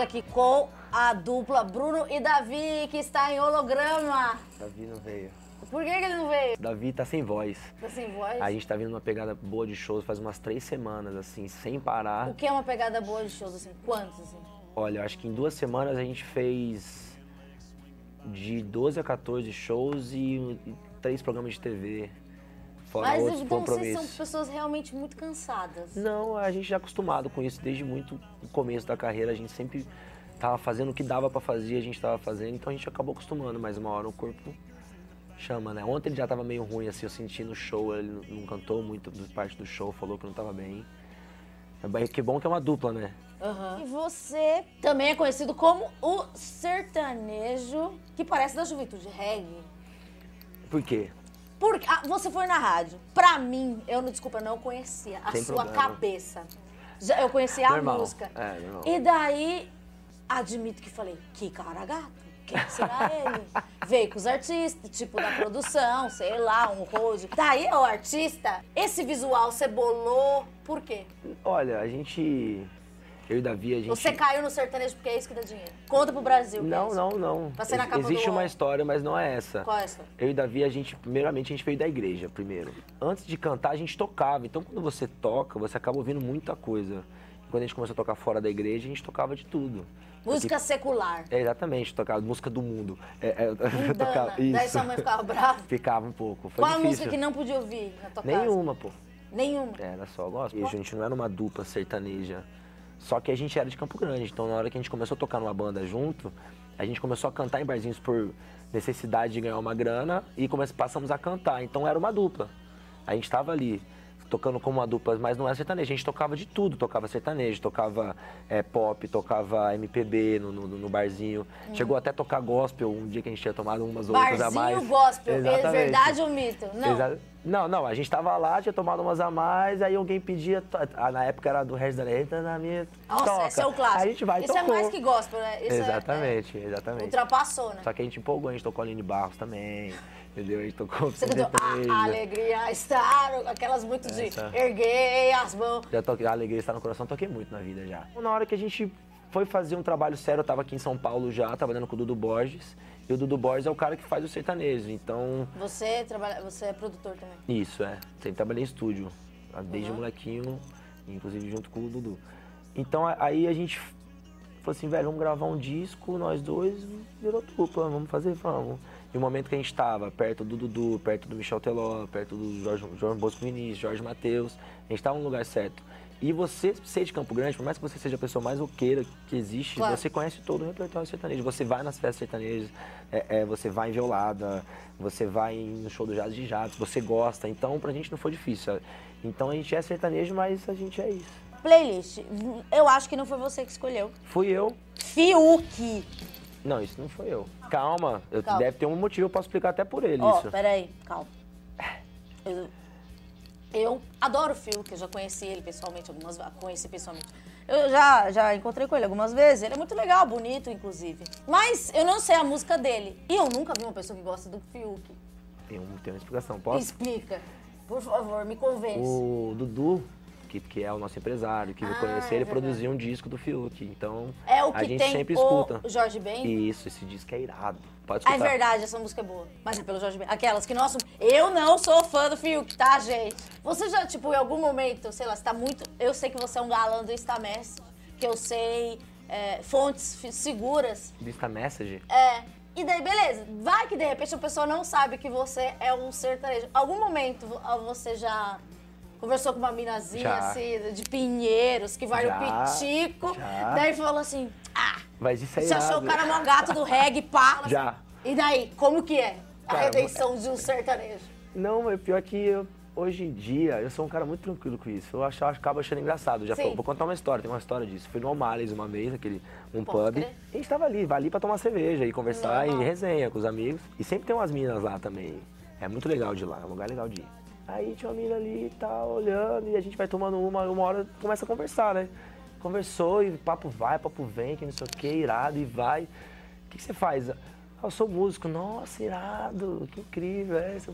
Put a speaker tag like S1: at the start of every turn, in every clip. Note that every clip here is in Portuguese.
S1: aqui com a dupla Bruno e Davi, que está em holograma.
S2: Davi não veio.
S1: Por que, que ele não veio?
S2: Davi tá sem voz.
S1: Tá sem voz?
S2: A gente tá vindo numa pegada boa de shows faz umas três semanas, assim, sem parar.
S1: O que é uma pegada boa de shows, assim? Quantos, assim?
S2: Olha, eu acho que em duas semanas a gente fez de 12 a 14 shows e, e três programas de TV. Fora
S1: Mas
S2: outros
S1: então vocês
S2: compromissos.
S1: são pessoas realmente muito cansadas.
S2: Não, a gente já é acostumado com isso desde muito o começo da carreira. A gente sempre tava fazendo o que dava pra fazer, a gente tava fazendo, então a gente acabou acostumando, mas uma hora o corpo chama, né? Ontem ele já tava meio ruim, assim, eu senti no show, ele não- não cantou muito do- parte do show, falou que não tava bem. É bem- Que bom que é uma dupla, né?
S1: E você também é conhecido como o sertanejo, que parece da juventude reggae.
S2: Por quê?
S1: Porque ah, você foi na rádio. Pra mim, eu não desculpa, eu não conhecia a
S2: Sem
S1: sua
S2: problema.
S1: cabeça. Já, eu conhecia a
S2: Normal.
S1: música.
S2: É, normal.
S1: E daí, admito que falei, que cara gato. Quem será ele? Veio com os artistas, tipo da produção, sei lá, um rojo. Daí é o artista. Esse visual você bolou, por quê?
S2: Olha, a gente. Eu e Davi, a gente.
S1: Você caiu no sertanejo porque é isso que dá dinheiro. Conta pro Brasil. que é
S2: Não,
S1: isso.
S2: não, não.
S1: Vai ser na
S2: Ex-
S1: capa do
S2: Existe uma
S1: UOL.
S2: história, mas não é essa.
S1: Qual é a história?
S2: Eu e Davi, a gente, primeiramente, a gente veio da igreja, primeiro. Antes de cantar, a gente tocava. Então, quando você toca, você acaba ouvindo muita coisa. Quando a gente começou a tocar fora da igreja, a gente tocava de tudo.
S1: Música secular.
S2: É, exatamente, tocava música do mundo. É, é, eu
S1: Mundana.
S2: tocava, isso.
S1: né? Daí sua mãe ficava brava.
S2: Ficava um pouco. Foi
S1: Qual a
S2: difícil.
S1: música que não podia ouvir na tua casa?
S2: Nenhuma, pô.
S1: Nenhuma.
S2: É, Era só gospel. E a gente não era uma dupla sertaneja. Só que a gente era de Campo Grande. Então, na hora que a gente começou a tocar numa banda junto, a gente começou a cantar em barzinhos por necessidade de ganhar uma grana e come- passamos a cantar. Então, era uma dupla. A gente estava ali tocando como uma dupla, mas não era sertanejo. A gente tocava de tudo. Tocava sertanejo, tocava eh, pop, tocava MPB no, no- no barzinho. Chegou até a tocar gospel um dia que a gente tinha tomado umas outras a mais.
S1: Uhum. Barzinho gospel. É
S2: Exatamente.
S1: verdade ou mito? Não.
S2: Exa- Não, não, a gente tava lá, tinha tomado umas a mais, aí alguém pedia. to- ah, Na época era do Regis da Lei, tá na minha.
S1: Nossa,
S2: toca.
S1: esse é o clássico.
S2: Aí a gente vai e
S1: Isso é
S2: tocou.
S1: mais que gospel, né? Isso é-
S2: exatamente,
S1: é,
S2: exatamente.
S1: ultrapassou, né?
S2: Só que a gente empolgou, a gente tocou Aline Barros também, entendeu? A gente tocou
S1: Você cantou
S2: Sertaneja.
S1: a alegria estar, aquelas muito de
S2: né?" Essa.
S1: erguei as mãos.
S2: Já toquei, a alegria está no coração, toquei muito na vida já. Na hora que a gente foi fazer um trabalho sério, eu tava aqui em São Paulo já, trabalhando com o Dudu Borges. E o Dudu Borges é o cara que faz o sertanejo, então
S1: Você trabalha, você é produtor também.
S2: Isso, é. Sempre trabalhei em estúdio, ah, desde molequinho, inclusive junto com o Dudu. Então a- aí a gente f- falou assim, velho, vamos gravar um disco, nós dois, virou dupla, vamos fazer, vamos. E o momento que a gente estava, perto do Dudu, perto do Michel Teló, perto do Jorge, João Bosco Vinícius, Jorge Matheus, a gente estava no lugar certo. E você ser de Campo Grande, por mais que você seja a pessoa mais roqueira que existe,
S1: Claro.
S2: você conhece todo o repertório sertanejo. Você vai nas festas sertanejas, é, é, você vai em Violada, você vai no show do Jazz de Jatos, você gosta. Então, pra gente não foi difícil. sabe? Então, a gente é sertanejo, mas a gente é isso.
S1: Playlist. Eu acho que não foi você que escolheu.
S2: Fui eu.
S1: Fiuk.
S2: Não, isso não foi eu. Calma, eu-
S1: Calma.
S2: deve ter um motivo, eu posso explicar até por ele
S1: Ó,
S2: isso.
S1: peraí, calma. Eu, eu adoro o Fiuk, eu já conheci ele pessoalmente algumas vezes. Conheci pessoalmente. Eu já, já encontrei com ele algumas vezes. Ele é muito legal, bonito, inclusive. Mas eu não sei a música dele. E eu nunca vi uma pessoa que gosta do Fiuk.
S2: Tem, um- tem uma explicação, posso?
S1: Explica. Por favor, me convence.
S2: O Dudu, que, que é o nosso empresário, que eu
S1: Ah,
S2: conheci,
S1: é
S2: ele
S1: verdade.
S2: produziu um disco do Fiuk. Então,
S1: É o
S2: a
S1: que
S2: gente
S1: tem
S2: sempre escuta.
S1: o Jorge Ben.
S2: Isso, esse disco é irado. Pode
S1: Ah, é
S2: escutar.
S1: verdade, essa música é boa. Mas é pelo Jorge Ben. Aquelas que nós. Eu não sou fã do Fiuk, tá, gente? Você já, tipo, em algum momento, sei lá, você tá muito. Eu sei que você é um galã do Instamess, que eu sei. é, fontes fi- seguras.
S2: Lista Message?
S1: É. E daí, beleza. Vai que de repente a pessoa não sabe que você é um sertanejo. Algum momento vo- ah, você já. Conversou com uma minazinha,
S2: Já.
S1: assim, de Pinheiros, que vai
S2: Já,
S1: no Pitico.
S2: já.
S1: Daí falou assim, ah,
S2: Mas isso é
S1: você
S2: irado.
S1: achou o cara mó gato do reggae, pá.
S2: Já.
S1: E daí, como que é a
S2: Cara,
S1: redenção de um sertanejo?
S2: Não, é pior que eu- hoje em dia eu sou um cara muito tranquilo com isso. Eu acho, eu acabo achando engraçado. Já
S1: Sim.
S2: vou- vou contar uma história, tem uma história disso. Fui no O'Malley's uma vez, aquele um
S1: Pode
S2: pub.
S1: crer.
S2: A gente tava ali, vai ali pra tomar cerveja e conversar
S1: Normal.
S2: e resenha com os amigos. E sempre tem umas minas lá também. É muito legal de ir lá, é um lugar legal de ir. Aí tinha uma mina ali e tal, olhando, e a gente vai tomando uma, uma hora começa a conversar, né? Conversou e papo vai, papo vem, que não sei o que, irado, e vai. O que, que você faz? Ah, eu sou músico. Nossa, irado, que incrível, é, você-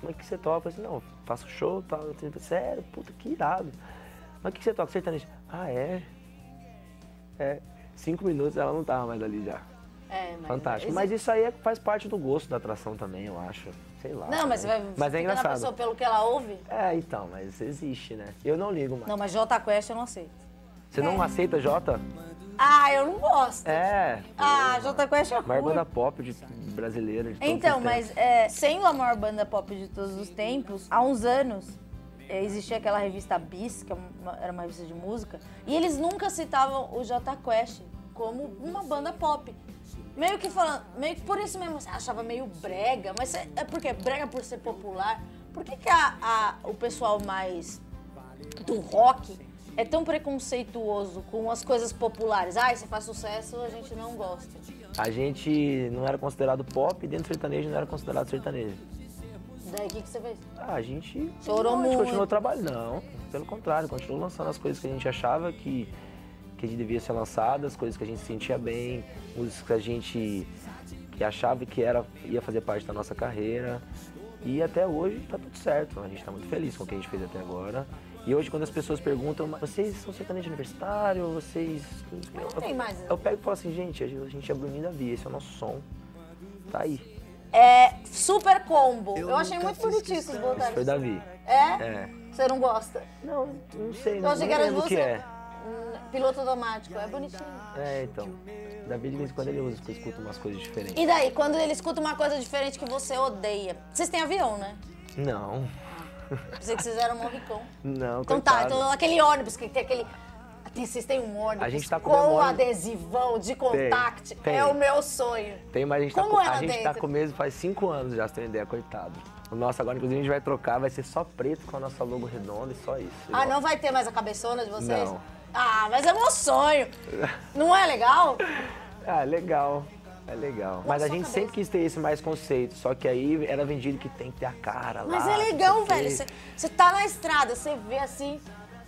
S2: como é que você toca? Eu falei assim, não, eu faço show, tal. Eu falei, sério, puta, que irado. Mas o que, que você toca? Sertanejo. Ah, é? É. Cinco minutos ela não tava mais ali já.
S1: É, mas
S2: Fantástico.
S1: esse-
S2: Mas isso aí é- faz parte do gosto da atração também, eu acho. Sei lá.
S1: Não, mas você vai
S2: Mas é
S1: ficar na pessoa
S2: engraçado.
S1: pelo que ela ouve.
S2: É, então, mas existe, né? Eu não ligo mais.
S1: Não, É. mas Jota Quest eu não aceito.
S2: Você não aceita, Jota?
S1: Ah, eu não gosto.
S2: É.
S1: Ah, Jota Quest é
S2: Maior
S1: ruim.
S2: banda pop de brasileira. De todos
S1: Então,
S2: os tempos.
S1: mas é, sendo a maior banda pop de todos os tempos, há uns anos é, existia aquela revista Bis, que é uma- era uma revista de música, e eles nunca citavam o Jota Quest como uma banda pop. Meio que falando, meio que por isso mesmo, você achava meio brega, mas é, é porque brega por ser popular. Por que, que a- a- o pessoal mais do rock é tão preconceituoso com as coisas populares? Ai, se faz sucesso, a gente não gosta.
S2: A gente não era considerado pop e dentro do sertanejo não era considerado sertanejo.
S1: Daí o que, que você fez?
S2: Ah, a gente.
S1: Chorou
S2: não, A gente
S1: muito.
S2: continuou trabalhando. Não, pelo contrário, continuou lançando as coisas que a gente achava que, que devia ser lançadas, coisas que a gente sentia bem, músicas que a gente que achava que era, ia fazer parte da nossa carreira. E até hoje tá tudo certo. A gente tá muito feliz com o que a gente fez até agora. E hoje quando as pessoas perguntam, "Mas vocês são sertanejo universitário, vocês. Eu,
S1: tem mais.
S2: eu pego e falo assim, gente, a gente é Bruninho da Via, esse é o nosso som. Tá aí.
S1: É super combo. Eu, achei muito bonitinho vocês
S2: Esse
S1: botaram.
S2: foi o Davi.
S1: É?
S2: É.
S1: Você não gosta?
S2: Não, não sei.
S1: Eu
S2: não
S1: achei que era de
S2: lembro o
S1: você.
S2: que é.
S1: Hum, Piloto automático, é bonitinho.
S2: É, então. Davi de vez em quando ele usa, porque eu escuto umas coisas diferentes.
S1: E daí, quando ele escuta uma coisa diferente que você odeia? Vocês têm avião, né?
S2: Não,
S1: Pensei que vocês eram morricão.
S2: não,
S1: Então tá,
S2: coitado.
S1: então aquele ônibus que tem aquele. tem- Vocês têm um ônibus
S2: A gente tá
S1: com
S2: comemorando-
S1: um adesivão de contact.
S2: tem.
S1: É o meu sonho.
S2: Tem, mas a gente, tá,
S1: Como
S2: com-
S1: ela
S2: a gente tá
S1: deita?
S2: com o mesmo faz cinco anos já, se tem ideia, coitado. O nosso agora, inclusive, a gente vai trocar, vai ser só preto com a nossa logo redonda e só isso.
S1: Ah, não vai ter mais a cabeçona de vocês?
S2: Não.
S1: Ah, mas é meu sonho. Não é legal?
S2: Ah, legal. É legal. Mas
S1: só
S2: a gente
S1: cabeça.
S2: sempre quis ter esse mais conceito, só que aí era vendido que tem que ter a cara lá.
S1: Mas é
S2: não sei
S1: legal,
S2: o quê.
S1: velho. Você tá na estrada, você vê assim.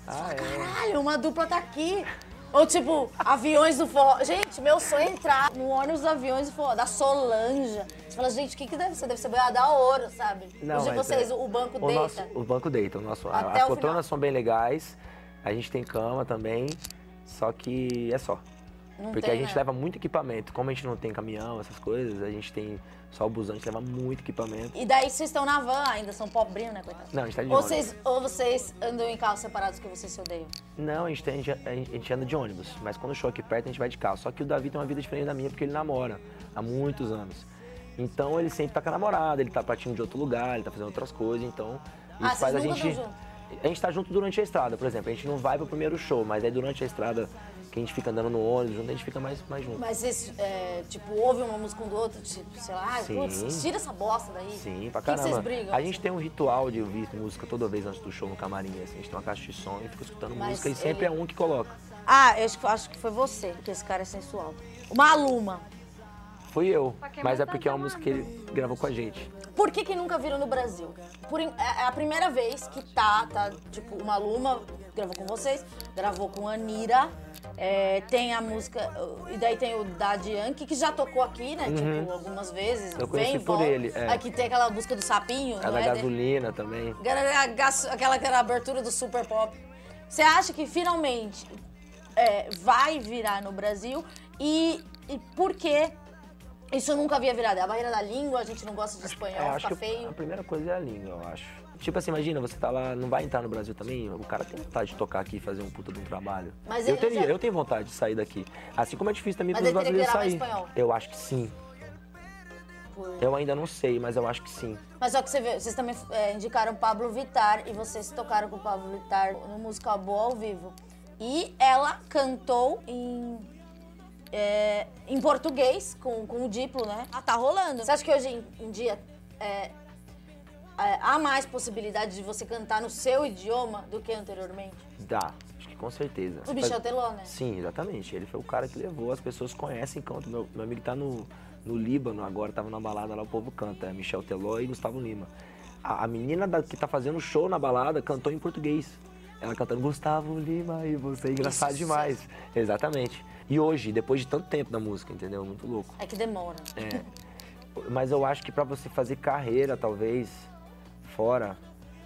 S1: Você fala,
S2: é.
S1: caralho, uma dupla tá aqui. Ou tipo, aviões do forró. Gente, meu sonho é entrar no ônibus dos aviões do forró, da Solange. Você fala, gente, o que, que deve ser? Deve ser boiada da ouro, sabe?
S2: Não,
S1: Hoje
S2: mas
S1: vocês,
S2: é.
S1: o banco
S2: o
S1: deita.
S2: Nosso, o banco deita. O nosso,
S1: Até o
S2: as
S1: final.
S2: poltronas são bem legais, a gente tem cama também, só que é só.
S1: Não
S2: Porque
S1: tem,
S2: a gente
S1: né?
S2: leva muito equipamento. Como a gente não tem caminhão, essas coisas, a gente tem só o busão, a gente leva muito equipamento.
S1: E daí vocês estão na van ainda, são pobrinhos, né, coitado?
S2: Não, a gente tá de
S1: ou
S2: ônibus.
S1: vocês, ou vocês andam em carros separados que vocês se odeiam.
S2: Não, a gente, tem- a, gente, a gente anda de ônibus, mas quando o show é aqui perto a gente vai de carro. Só que o Davi tem uma vida diferente da minha porque ele namora há muitos anos. Então ele sempre tá com a namorada, ele tá partindo de outro lugar, ele tá fazendo outras coisas, então isso
S1: Ah, vocês
S2: faz a
S1: nunca
S2: gente.
S1: tão junto?
S2: A gente tá junto durante a estrada, por exemplo. A gente não vai pro primeiro show, mas aí durante a estrada que a gente fica andando no ônibus, junto, a gente fica mais, mais junto.
S1: Mas vocês, é, tipo, ouvem uma música um do outro, tipo, sei lá, ai,
S2: Sim.
S1: putz, tira essa bosta daí.
S2: Sim, pra
S1: O que que
S2: caramba.
S1: vocês brigam?
S2: a gente tem um ritual de ouvir música toda vez antes do show no camarim. Assim, a gente tem uma caixa de som e fica escutando
S1: Mas
S2: música e sempre
S1: ele-
S2: é um que coloca.
S1: Ah, eu acho, que- acho que foi você, porque esse cara é sensual. Uma aluma.
S2: Fui eu, mas
S1: tá
S2: é porque é uma música que ele gravou com a gente.
S1: Por que, que nunca viram no Brasil? Por in- é é a primeira vez que tá, tá, tipo, uma aluma gravou com vocês, gravou com a Anira. é, tem a música, e daí tem o Daddy Yankee, que já tocou aqui, né? Tipo, algumas vezes.
S2: Uhum. Eu
S1: vem
S2: conheci
S1: e
S2: por
S1: volta.
S2: ele, é.
S1: Aqui tem aquela música do sapinho,
S2: A
S1: não
S2: da
S1: é?
S2: gasolina também.
S1: Galera, gas- Aquela, aquela abertura do Super Pop. Você acha que finalmente é, vai virar no Brasil? E, e por que isso nunca havia virado? É a barreira da língua, a gente não gosta de
S2: É, eu
S1: espanhol,
S2: acho
S1: fica
S2: que a
S1: feio.
S2: primeira coisa é a língua, eu acho. Tipo assim, imagina, você tá lá, não vai entrar no Brasil também, o cara tem vontade de tocar aqui e fazer um puta de um trabalho.
S1: Mas
S2: eu
S1: ele
S2: teria,
S1: já-
S2: eu tenho vontade de sair daqui. Assim como é difícil também
S1: Mas
S2: pros
S1: ele teria que
S2: brasileiros
S1: gravar em
S2: sair.
S1: espanhol.
S2: Eu acho que sim.
S1: Por-
S2: Eu ainda não sei, mas eu acho que sim.
S1: Mas só que você vê, vocês também é, indicaram o Pablo Vittar e vocês tocaram com o Pablo Vittar no Musical Boa ao vivo. E ela cantou em, é, em português com, com o Diplo, né? Ah, tá rolando. Você acha que hoje em, em dia é, é, há mais possibilidade de você cantar no seu idioma do que anteriormente?
S2: Dá, acho que com certeza.
S1: O
S2: Você
S1: bicho é
S2: faz-
S1: teló, né?
S2: Sim, exatamente. Ele foi o cara que levou, as pessoas conhecem canto. Meu, meu amigo tá no, no Líbano agora, tava na balada lá, o povo canta. É Michel Teló e Gustavo Lima. A, a menina da- que tá fazendo show na balada cantou em português. Ela cantando Gustavo Lima e você, engraçado
S1: sucesso.
S2: demais. Exatamente. E hoje, depois de tanto tempo da música, entendeu? Muito louco.
S1: É que demora.
S2: É. Mas eu acho que pra você fazer carreira, talvez, fora,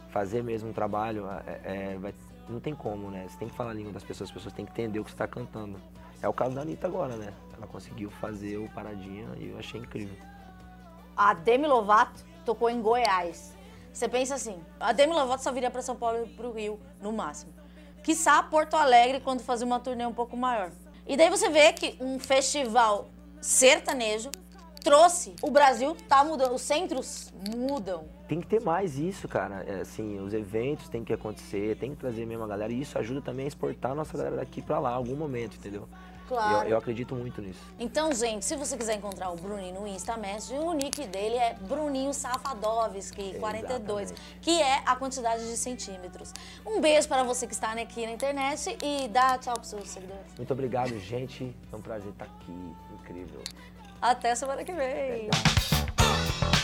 S2: fazer mesmo um trabalho, é- é- vai- não tem como, né? Você tem que falar a língua das pessoas, as pessoas têm que entender o que você tá cantando. É o caso da Anitta agora, né? Ela conseguiu fazer o Paradinha e eu achei incrível.
S1: A Demi Lovato tocou em Goiás. Você pensa assim, a Demi Lovato só viria para São Paulo e pro Rio, no máximo. Quiçá Porto Alegre quando fazer uma turnê um pouco maior. E daí você vê que um festival sertanejo trouxe. O Brasil tá mudando, os centros mudam.
S2: Tem que ter mais isso, cara. É, assim, os eventos tem que acontecer, tem que trazer mesmo a galera. E isso ajuda também a exportar a nossa galera daqui para lá, em algum momento, entendeu?
S1: Claro.
S2: Eu, eu acredito muito nisso.
S1: Então, gente, se você quiser encontrar o Bruninho no Insta Mestre, o nick dele é Bruninho Safadovski42, 42
S2: Exatamente.
S1: que é a quantidade de centímetros. Um beijo para você que está aqui na internet e dá tchau pros seus seguidores.
S2: Muito obrigado, gente. É um prazer estar aqui. Incrível.
S1: Até semana que vem.
S2: Legal.